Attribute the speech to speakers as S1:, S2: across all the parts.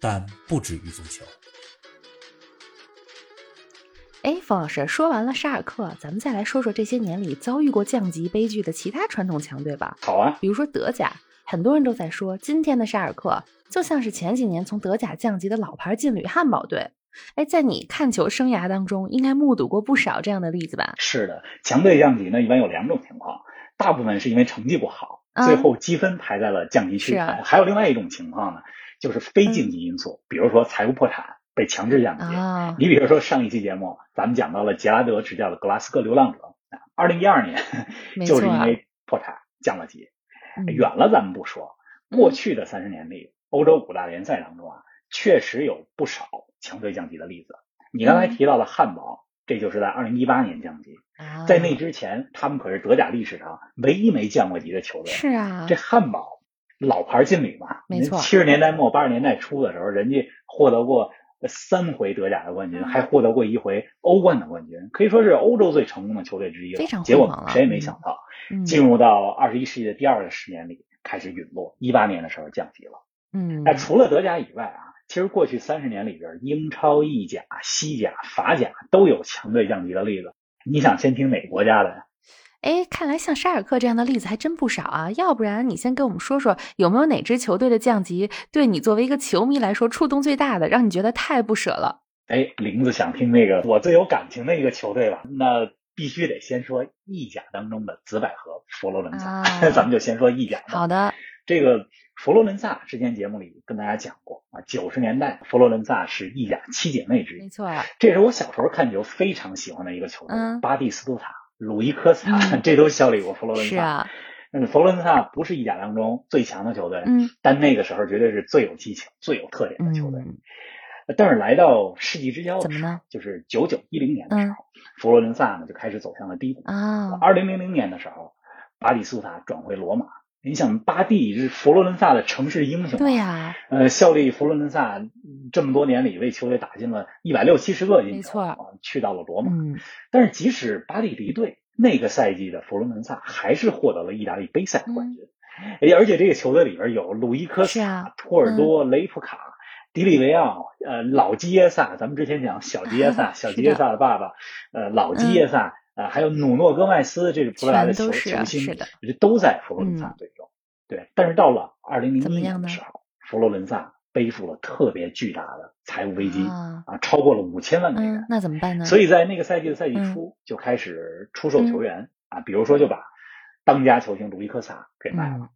S1: 但不止于足球。
S2: 哎，冯老师，说完了沙尔克，咱们再来说说这些年里遭遇过降级悲剧的其他传统强队吧。
S3: 好啊，
S2: 比如说德甲，很多人都在说，今天的沙尔克就像是前几年从德甲降级的老牌劲旅汉堡队。哎，在你看球生涯当中，应该目睹过不少这样的例子吧？
S3: 是的，强队降级呢，一般有两种情况，大部分是因为成绩不好，
S2: 啊
S3: 最后积分排在了降级区，
S2: 是啊
S3: 还有另外一种情况呢，就是非经济因素，比如说财务破产被强制降级。
S2: 啊，
S3: 你比如说上一期节目，咱们讲到了杰拉德执教的格拉斯哥流浪者，啊二零一二年
S2: 没
S3: 就是
S2: 错
S3: 因
S2: 啊
S3: 为破产降了级。
S2: 嗯
S3: 远了咱们不说，过去的三十年里，欧洲五大联赛当中啊，确实有不少强队降级的例子。你刚才
S2: 嗯
S3: 提到了汉堡，这就是在二零一八年降级，
S2: 啊
S3: 在那之前，他们可是德甲历史上唯一没降过级的球队。
S2: 是啊
S3: 这，汉堡老牌劲旅嘛，
S2: 没错
S3: 七十年代末八十年代初的时候，人家获得过三回德甲的冠
S2: 嗯
S3: 军，还获得过一回欧冠的冠军，可以说是欧洲最成功的球队之一了。
S2: 非常辉
S3: 结
S2: 煌
S3: 果
S2: 了
S3: 谁也没想到，
S2: 嗯
S3: 进入到二十一世纪的第二个十年里开始陨落，一八年的时候降级了。
S2: 嗯
S3: 那除了德甲以外啊，其实过去三十年里边，英超、意甲、西甲、法甲都有强队降级的例子。你想先听哪个国家的呀？
S2: 哎，看来像沙尔克这样的例子还真不少啊。要不然你先跟我们说说，有没有哪支球队的降级对你作为一个球迷来说触动最大的，让你觉得太不舍了？
S3: 哎，林子想听那个我最有感情的一个球队吧？那必须得先说意甲当中的紫百合佛罗伦萨。
S2: 啊
S3: 咱们就先说意甲吧。
S2: 好的，
S3: 这个佛罗伦萨之前节目里跟大家讲过啊，九十年代佛罗伦萨是意甲七姐妹之一
S2: 没。错，
S3: 这是我小时候看球非常喜欢的一个球队，
S2: 嗯
S3: 巴蒂斯图塔、鲁伊科斯塔，
S2: 嗯
S3: 这都效力过佛罗伦萨。
S2: 是啊，
S3: 嗯，佛罗伦萨不是意甲当中最强的球队，
S2: 嗯
S3: 但那个时候绝对是最有激情、最有特点的球队。
S2: 嗯，
S3: 但是来到世纪之交的
S2: 怎么
S3: 时候
S2: 呢，嗯
S3: 就是九九一零年的时候，佛罗伦萨呢就开始走向了低谷。
S2: 啊，
S3: 二零零零年的时候，巴蒂斯图塔转回罗马。你想，巴蒂是佛罗伦萨的城市英雄啊，
S2: 对呀、
S3: 呃，效力佛罗伦萨嗯这么多年里，为球队打进了一百六七十个进球，
S2: 没错
S3: 啊，去到了罗马。
S2: 嗯
S3: 但是即使巴蒂离队，那个赛季的佛罗伦萨还是获得了意大利杯赛的冠军。哎而且这个球队里边有鲁伊科斯
S2: 嗯是
S3: 塔、
S2: 啊
S3: 托尔多、雷普卡、迪里维奥、呃老基耶萨，咱们之前讲小基 耶萨，小基耶萨的爸爸，呃老基耶萨，呃还有努诺戈麦斯，这是葡萄牙的
S2: 嗯全
S3: 球
S2: 都是啊
S3: 球星，
S2: 是的嗯
S3: 这都在佛罗伦萨队中。对，但是到了二零零
S2: 怎
S3: 一
S2: 么样呢
S3: 年的时候，佛罗伦萨背负了特别巨大的财务危机
S2: 啊，
S3: 啊，超过了五千万美元
S2: 嗯，。那怎么办呢？嗯
S3: 所
S2: 以
S3: 以在那个赛季的赛季初就开始出售球员、啊，比如说就把当家球星卢伊科萨给卖了。
S2: 嗯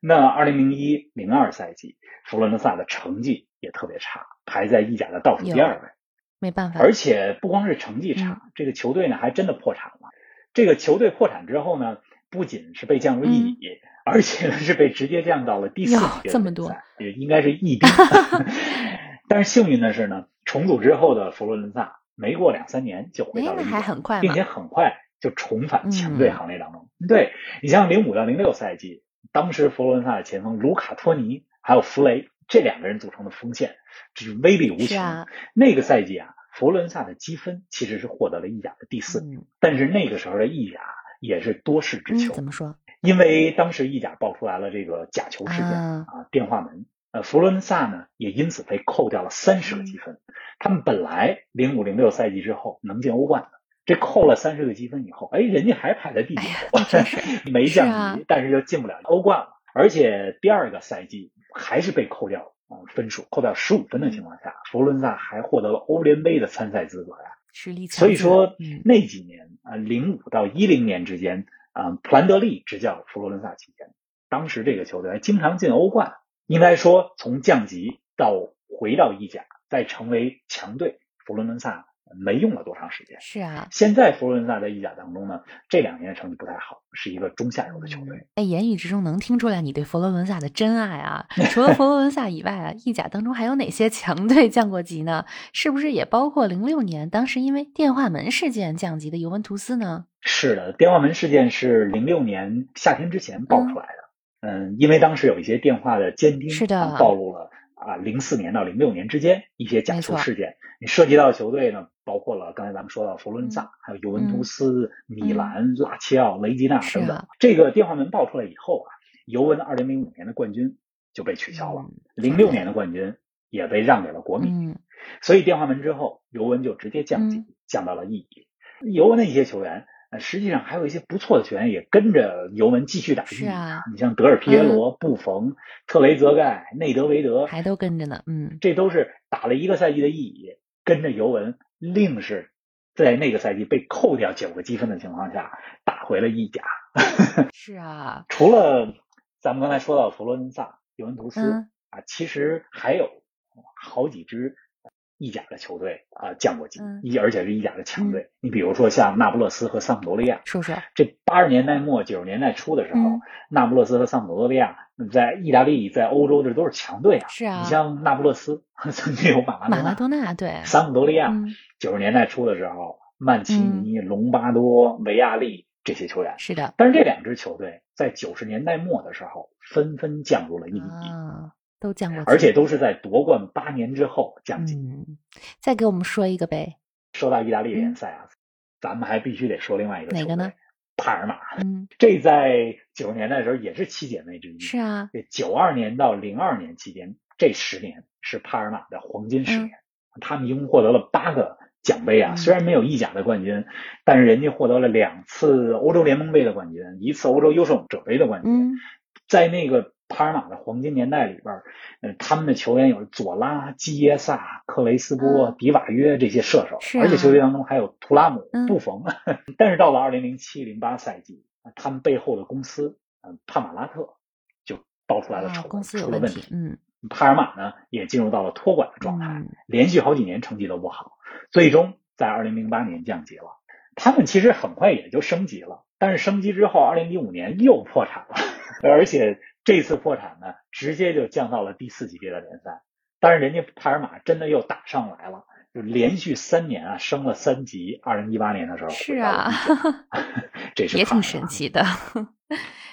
S3: 那二零零一零二赛季，佛罗伦萨的成绩也特别差，排在意甲的倒数第二位。
S2: 没办法，嗯
S3: 而且不光是成绩差，这个球队呢还真的破产了。这个球队破产之后呢，不仅是被降入一乙，而且呢是被直接降到了第
S2: 嗯
S3: 四
S2: 哟
S3: 级别的
S2: 这么
S3: 联
S2: 多
S3: 赛，也应该是异 地。但是幸运的是呢，重组之后的佛罗伦萨没过两三年就
S2: 哎
S3: 回到，
S2: 那
S3: 了意
S2: 还
S3: 甲，
S2: 很快嗯
S3: 并
S2: 嘛
S3: 且，很快就重返强队行列当中。对你像零五到零六赛季，当时佛罗伦萨的前锋卢卡托尼还有弗雷这两个人组成的锋线，只是威力无
S2: 是
S3: 穷。
S2: 啊，
S3: 那个赛季啊，佛罗伦萨的积分其实是获得了意甲的第四，
S2: 嗯
S3: 但是那个时候的意甲也是多事之
S2: 嗯，
S3: 秋，
S2: 怎么说
S3: 因为当时意甲爆出来了这个假球事件啊
S2: 啊？
S3: 电话门。呃，佛罗伦萨呢也因此被扣掉了三十个积分。他们本来零五零六赛季之后能进欧冠的，这扣了三十个积分以后，哎，人家还排在第九
S2: 哎，呀，那真是
S3: 没降级，
S2: 是啊
S3: 但是就进不了欧冠了。而且第二个赛季还是被扣掉啊、分数，扣掉十五分的情况下，佛罗伦萨还获得了欧联杯的参赛资格呀、
S2: 实力强劲，
S3: 所以说、
S2: 嗯
S3: 那几年啊，零、五到一零年之间啊、普兰德利执教佛罗伦萨期间，当时这个球队还经常进欧冠。应该说，从降级到回到意甲，再成为强队，佛罗伦萨没用了多长时间。
S2: 是啊，
S3: 现在佛罗伦萨在意甲当中呢，这两年成绩不太好，是一个中下游的球队。
S2: 哎，言语之中能听出来你对佛罗伦萨的真爱 啊！除了佛罗伦萨以外啊，意甲当中还有哪些强队降过级呢？是不是也包括零六年当时因为电话门事件降级的尤文图斯呢？
S3: 是的，电话门事件是零六年夏天之前爆出来的。嗯,嗯，因为当时有一些电话的监听，
S2: 是的，
S3: 暴露了。啊，零四年到零六年之间一些假球事件，
S2: 你
S3: 涉及到球队呢，包括了刚才咱们说到佛罗伦萨，
S2: 嗯、
S3: 还有尤文图斯、嗯、米兰、拉齐奥、雷吉纳等等。
S2: 啊、
S3: 这个电话门爆出来以后啊，尤文二零零五年的冠军就被取消了，零六、
S2: 嗯、
S3: 年的冠军也被让给了国米。所以电话门之后，尤文就直接降
S2: 嗯
S3: 级，降到了意乙。尤文的一些球员。呃实际上还有一些不错的球员也跟着尤文继续打 E
S2: 是啊，
S3: 你像德尔皮耶罗、嗯、布冯、特雷泽盖、内德维德，
S2: 还都跟着呢。 嗯，
S3: 这都是打了一个赛季的意乙，跟着尤文，另是在那个赛季被扣掉九个积分的情况下打回了意甲。
S2: 是啊，
S3: 除了咱们刚才说到佛罗伦萨、尤文图斯、
S2: 嗯、
S3: 啊，其实还有好几支。意甲的球队啊、呃、降过级，一、
S2: 嗯、
S3: 而且是意甲的强队。嗯、你比如说像那不勒斯和桑普多利亚，
S2: 说说
S3: 这八十年代末九十年代初的时候，
S2: 嗯、
S3: 那不勒斯和桑普多利亚在意大利、在欧洲这都是强队啊。
S2: 是啊，
S3: 你像那不勒斯 曾经有马拉
S2: 马拉多纳，嗯对，
S3: 桑普多利亚九十年代初的时候，曼奇
S2: 嗯
S3: 尼、隆巴多、维亚利这些球员
S2: 是的。
S3: 但是这两支球队在九十年代末的时候纷纷降入了意乙。
S2: 啊都降过，
S3: 嗯而且都是在夺冠八年之后降级。
S2: 嗯，再给我们说一个呗。
S3: 说到意大利联赛啊，嗯、咱们还必须得说另外一个
S2: 哪个呢？
S3: 帕尔马。
S2: 嗯，
S3: 这在九十年代的时候也是七姐妹之一。
S2: 是啊，
S3: 这九二年到零二年期间，这十年是帕尔马的黄金十年，
S2: 嗯、
S3: 他们一共获得了八个奖杯啊。嗯、虽然没有意甲的冠军，但是人家获得了两次欧洲联盟杯的冠军，一次欧洲优胜者杯的冠
S2: 嗯
S3: 军，在那个。帕尔马的黄金年代里边，呃，他们的球员有佐拉、基耶萨、克雷斯波、迪瓦约这些射手，
S2: 嗯啊、
S3: 而且球队当中还有图拉姆、
S2: 嗯、
S3: 布冯。 但是到了二零零七零八赛季，呃他们背后的公司，嗯、呃，帕马拉特就爆出来了丑闻，
S2: 啊公司有
S3: 问
S2: 题。嗯，
S3: 帕尔马呢也进入到了托管的状态，
S2: 嗯、
S3: 连续好几年成绩都不好，最终在二零零八年降级了。他们其实很快也就升级了，但是升级之后，二零一五年又破产了， 而且。这次破产呢，直接就降到了第四级别的联赛。但是人家帕尔马真的又打上来了，就连续三年啊升了三级。二零一八年的时候
S2: 是啊，
S3: 这是啊
S2: 也挺神奇的。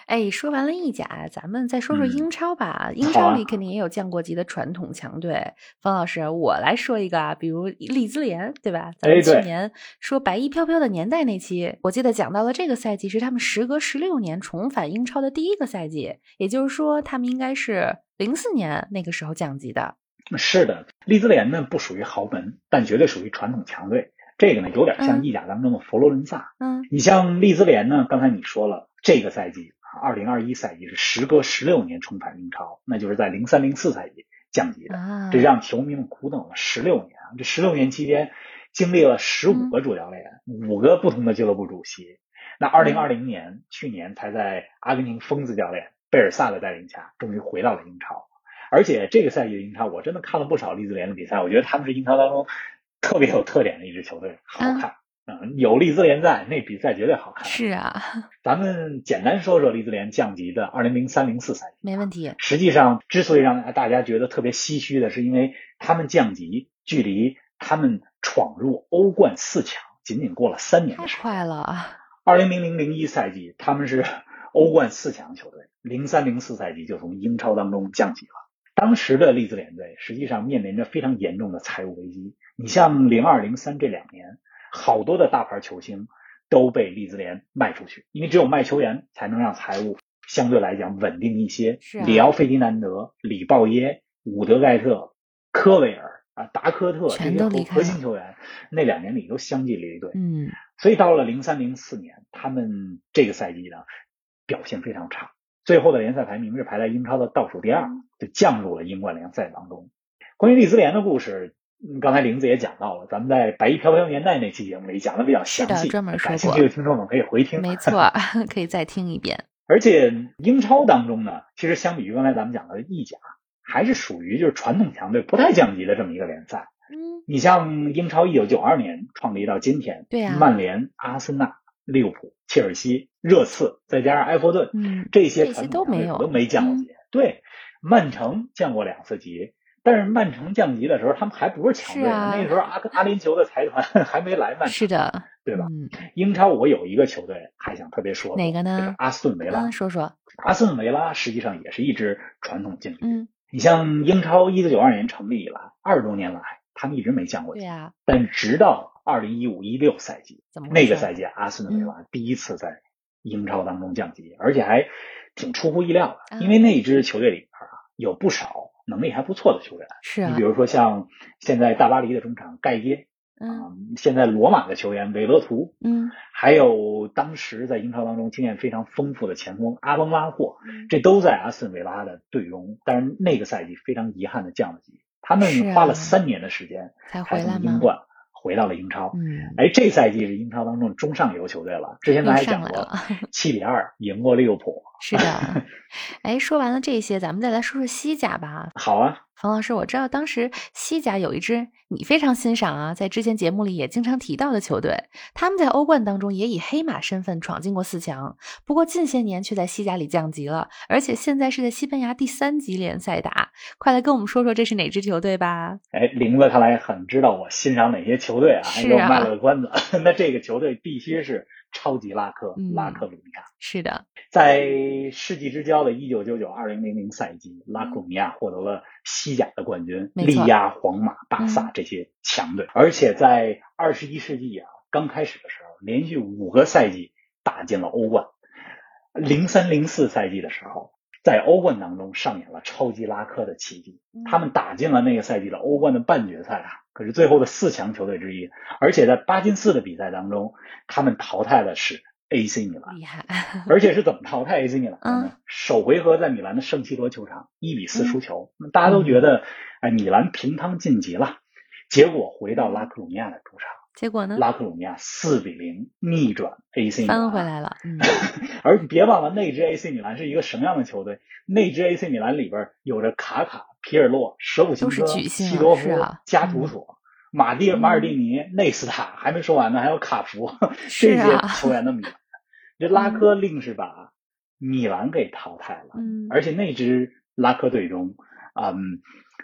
S2: 哎，说完了意甲，咱们再说说英超吧。
S3: 嗯、
S2: 英超里肯定也有降过级的传统强队。啊、方老师，我来说一个啊，比如利兹联，对吧？咱们去年说白衣飘飘的年代那期，
S3: 哎、
S2: 我记得讲到了这个赛季是他们时隔十六年重返英超的第一个赛季，也就是说，他们应该是零四年那个时候降级的。
S3: 是的，利兹联呢不属于豪门，但绝对属于传统强队。这个呢有点像意甲当中的佛罗伦萨。
S2: 嗯，
S3: 你像利兹联呢，刚才你说了。这个赛季啊，二零二一赛季是时隔十六年重返英超，那就是在零三零四赛季降级的，
S2: 啊、
S3: 这让球迷们苦等了十六年啊！这十六年期间，经历了十五个主教练，五、
S2: 嗯、
S3: 个不同的俱乐部主席。那二零二零年，嗯、去年才在阿根廷疯子教练贝尔萨的带领下，终于回到了英超。而且这个赛季的英超，我真的看了不少利兹联的比赛，我觉得他们是英超当中特别有特点的一支球队，好看。
S2: 啊
S3: 嗯，有利兹联在，那比赛绝对好看。
S2: 是啊，
S3: 咱们简单说说利兹联降级的二零零三零四赛季，
S2: 没 问题。
S3: 实际上，之所以让大家觉得特别唏嘘的，是因为他们降级距离他们闯入欧冠四强仅仅过了三年的时间，
S2: 太快了啊！
S3: 二零零零零一赛季，他们是 欧冠四强球队，零三零四赛季就从英超当中降级了。当时的利兹联队实际上面临着非常严重的财务危机，你像零二零三这两年。好多的大牌球星都被利兹联卖出去，因为只有卖球员才能让财务相对来讲稳定一些。
S2: 是、啊、
S3: 里奥·费迪南德、里鲍耶、伍德盖特、科维尔啊、达科特这些核心球员，那两年里都相继离队。
S2: 嗯，
S3: 所以到了零三零四年，他们这个赛季呢表现非常差，最后的联赛排名是排在英超的倒数第二，
S2: 嗯
S3: 就降入了英冠联赛当中。关于利兹联的故事。刚才玲子也讲到了，咱们在《白衣飘飘年代》那期节目里讲的比较详
S2: 细，专门说过。
S3: 感兴趣的听众们可以回听。
S2: 没错，可以再听一遍。
S3: 而且英超当中呢，其实相比于刚才咱们讲的意甲，还是属于就是传统强队不太降级的这么一个联赛。
S2: 嗯，
S3: 你像英超一九九二年创立到今天，
S2: 对啊
S3: 曼联、阿森纳、利物浦、切尔西、热刺，再加上埃弗顿，
S2: 嗯，
S3: 这
S2: 这
S3: 些
S2: 些
S3: 传统
S2: 都没
S3: 强队
S2: 有嗯
S3: 都没降过级。对，曼城降过两次级，但是曼城降级的时候，他们还不是强队，
S2: 是啊
S3: 那时候阿根阿联酋的财团 还没来曼城。
S2: 是的，
S3: 对吧
S2: 嗯，
S3: 英超我有一个球队还想特别说，
S2: 哪个呢
S3: 就是阿斯顿维拉
S2: 嗯，。说说，
S3: 阿斯顿维拉实际上也是一支传统劲旅。
S2: 嗯，
S3: 你像英超一九九二年成立以来，二十多年来，他们一直没降过
S2: 对
S3: 级，
S2: 呀，
S3: 但直到二零一五一六赛季，
S2: 怎么回
S3: 那个
S2: 事
S3: 赛季，阿
S2: 嗯
S3: 斯顿维拉第一次在英超当中降级，而且还挺出乎意料的，
S2: 嗯
S3: 因为那支球队里边啊有不少能力还不错的球员，
S2: 是
S3: 你
S2: 啊
S3: 比，如说像现在大巴黎的中场盖耶啊、
S2: 嗯
S3: 现在罗马的球员韦勒图，
S2: 嗯，
S3: 还有当时在英超当中经验非常丰富的前锋阿邦拉霍，
S2: 嗯
S3: 这都在阿斯顿维拉的队中，但是那个赛季非常遗憾的降了级，他
S2: 是啊
S3: 们花了三年的时间
S2: 才
S3: 才
S2: 回来
S3: 从
S2: 吗
S3: 英？冠回到了英超。
S2: 嗯，
S3: 哎，这赛季是英超当中中上游球队了。之前咱
S2: 又
S3: 还
S2: 上啊
S3: 讲
S2: 来
S3: 过
S2: 了，
S3: 七比二赢过利物浦。
S2: 是 的。哎，说完了这些，咱们再来说说西甲吧。
S3: 好啊，
S2: 冯老师，我知道当时西甲有一支你非常欣赏啊，在之前节目里也经常提到的球队，他们在欧冠当中也以黑马身份闯进过四强，不过近些年却在西甲里降级了，而且现在是在西班牙第三级联赛打。快来跟我们说说这是哪支球队吧？
S3: 哎，林子看来很知道我欣赏哪些球队啊，
S2: 是啊
S3: 又卖了个关子。 那这个球队必须是超级拉科、
S2: 嗯
S3: 拉克鲁尼亚。
S2: 是的，
S3: 在世纪之交的1999-2000赛季，拉克鲁尼亚获得了西甲的冠军，
S2: 嗯没
S3: 力
S2: 错嗯
S3: 压皇马、巴萨这些强队。而且在21世纪啊刚开始的时候，连续五个赛季打进了欧冠。03-04赛季的时候，在欧冠当中上演了超级拉科的奇迹，
S2: 嗯
S3: 嗯他们打进了那个赛季的欧冠的半决赛啊，可是最后的四强球队之一。而且在八进四的比赛当中，他们淘汰的是 AC 米兰。
S2: 厉害，
S3: 而且是怎么淘汰 AC 米兰的呢？
S2: 嗯
S3: 首回合在米兰的圣西罗球场一比
S2: 嗯
S3: 四输球，那大家都觉得哎米兰平汤晋级了，结果回到拉克鲁尼亚的主场，
S2: 结果呢？
S3: 拉克鲁尼亚四比零逆转 AC 米
S2: 嗯翻
S3: 兰，
S2: 回。来了，嗯，
S3: 而你别忘了，那支 AC 米兰是一个什么样的球队？那支 AC 米兰里边有着卡卡、皮尔洛、舍甫琴科、
S2: 都是巨星啊
S3: 西多
S2: 是
S3: 夫、
S2: 啊
S3: 加图索、马蒂、
S2: 嗯
S3: 马尔蒂尼、内斯塔，还没说完呢，还有卡福。
S2: 是
S3: 这些
S2: 啊，
S3: 球员的米兰。这拉科另是把米兰给淘汰了，
S2: 嗯，
S3: 而且那支拉科队中，嗯，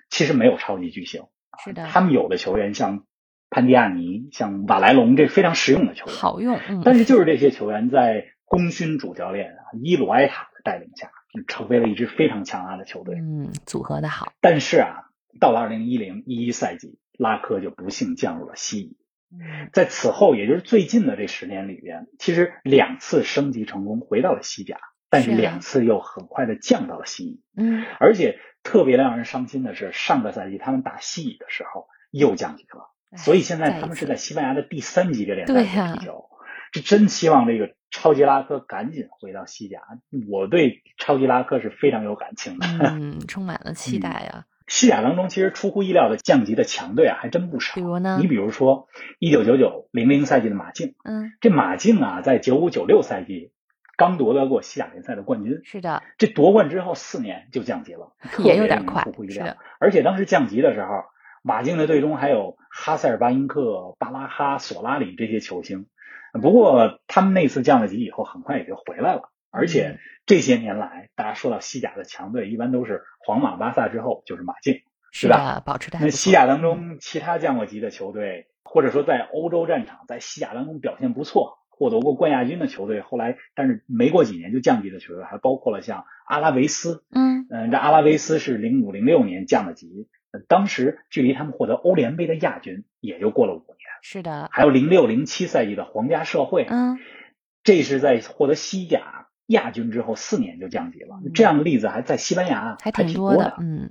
S3: 其实没有超级巨星，
S2: 是啊的，
S3: 他们有的球员像潘迪亚尼、像瓦莱隆，这非常实用的球员。
S2: 好用，嗯，
S3: 但是就是这些球员在功勋主教练啊伊鲁埃塔的带领下，成为了一支非常强大的球队。
S2: 嗯，组合的好，
S3: 但是啊，到了二零一零一一赛季，拉科就不幸降入了西乙。
S2: 嗯，
S3: 在此后，也就是最近的这十年里边，其实两次升级成功，回到了西甲，但是
S2: 是啊
S3: 两次又很快的降到了西乙。
S2: 嗯，
S3: 而且特别让人伤心的是，上个赛季他们打西乙的时候又降级了，
S2: 哎
S3: 所以现在
S2: 再
S3: 他
S2: 一
S3: 们
S2: 次
S3: 是在西班牙的第三级别联
S2: 对啊呀
S3: 赛踢球。这真希望这个超级拉科赶紧回到西甲。我对超级拉科是非常有感 情的。
S2: 嗯，充满了期
S3: 嗯
S2: 待啊。
S3: 西甲当中，其实出乎意料的降级的强队啊，还真不少
S2: 比。如呢
S3: 你？比如说，一九九九零零赛季的马竞。
S2: 嗯，
S3: 这马竞啊，在九五九六赛季刚夺得过西甲联赛的冠军。
S2: 是的，
S3: 这夺冠之后四年就降级了，特别
S2: 也有点
S3: 让人
S2: 快
S3: 出乎意，
S2: 是
S3: 料
S2: 的。，
S3: 而且当时降级的时候，马竞的队中还有哈塞尔巴因克、巴拉哈、索拉里这些球星。不过他们那次降了级以后，很快也就回来了。而且
S2: 嗯
S3: 这些年来，大家说到西甲的强队，一般都是皇马、巴萨之后就是马竞。
S2: 是
S3: 吧
S2: 的，保持的还
S3: 那
S2: 不
S3: 西
S2: 错
S3: 甲当中其他降过级的球队，或者说在欧洲战场在西甲当中表现不错，获得过冠亚军的球队，后来但是没过几年就降级的球队，还包括了像阿拉维斯。
S2: 嗯，
S3: 嗯，这阿拉维斯是零五零六年降的级，呃当时距离他们获得欧联杯的亚军也就过了五年。
S2: 是的，
S3: 还有零六零七赛季的皇家社会，
S2: 嗯，
S3: 这是在获得西甲亚军之后四年就降级了
S2: 嗯。
S3: 这样的例子还在西班牙
S2: 还
S3: 挺
S2: 挺多
S3: 的
S2: 的，。嗯，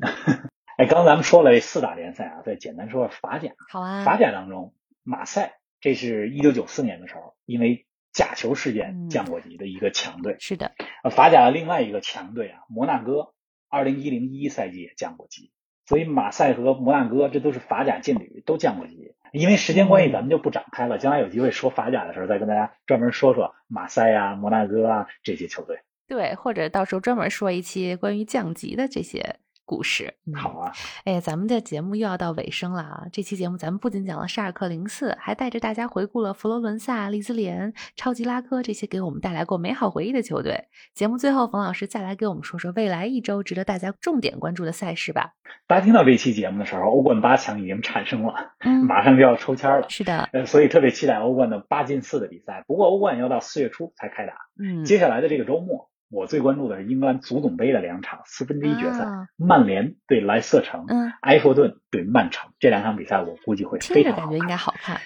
S3: 哎，刚刚咱们说了这四大联赛啊，再简单说说法甲。
S2: 好啊，
S3: 法甲当中，马赛这是一九九四年的时候，因为假球事
S2: 嗯
S3: 件降过级的一个强队。
S2: 是的，
S3: 呃法甲的另外一个强队啊，摩纳哥，二零一零一赛季也降过级。所以马赛和摩纳哥这都是法甲劲旅，都降过级。因为时
S2: 嗯
S3: 间关系，咱们就不展开了，将来有机会说法甲的时候再跟大家专门说说马赛啊、摩纳哥啊这些球队。
S2: 对，或者到时候专门说一期关于降级的这些故事。嗯、
S3: 好啊，
S2: 哎，咱们的节目又要到尾声了啊！这期节目咱们不仅讲了沙尔克零四，还带着大家回顾了佛罗伦萨、利兹联、超级拉科这些给我们带来过美好回忆的球队。节目最后，冯老师再来给我们说说未来一周值得大家重点关注的赛事吧。
S3: 大家听到这期节目的时候，欧冠八强已经产生了，
S2: 嗯，
S3: 马上就要抽签了。
S2: 是的，
S3: 呃，所以特别期待欧冠的八进四的比赛。不过欧冠要到四月初才开打，
S2: 嗯，
S3: 接下来的这个周末，我最关注的是英格兰足总杯的两场四分之一决赛，
S2: 啊
S3: 曼联对莱斯特城，
S2: 嗯，
S3: 埃弗顿对曼城这两场比赛，我估计会
S2: 听
S3: 非
S2: 着
S3: 常
S2: 感
S3: 好
S2: 觉应
S3: 看。
S2: 该好看。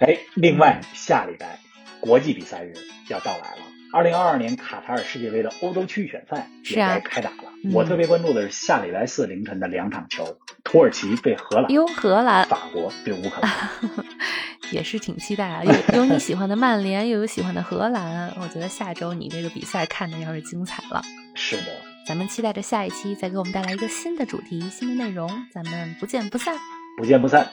S3: 哎，另外下礼拜国际比赛日要到来了。二零二二年卡塔尔世界杯的欧洲区域选赛也
S2: 是啊
S3: 该开打了。
S2: 嗯
S3: 我特别关注的是下礼拜四凌晨的两场球：土耳其对荷兰，
S2: 哟，荷兰
S3: 法国对乌克兰。
S2: 也是挺期待啊，有有你喜欢的曼联，又有喜欢的荷兰，我觉得下周你这个比赛看的要是精彩了。
S3: 是的，
S2: 咱们期待着下一期再给我们带来一个新的主题、新的内容，咱们不见不散。
S3: 不见不散。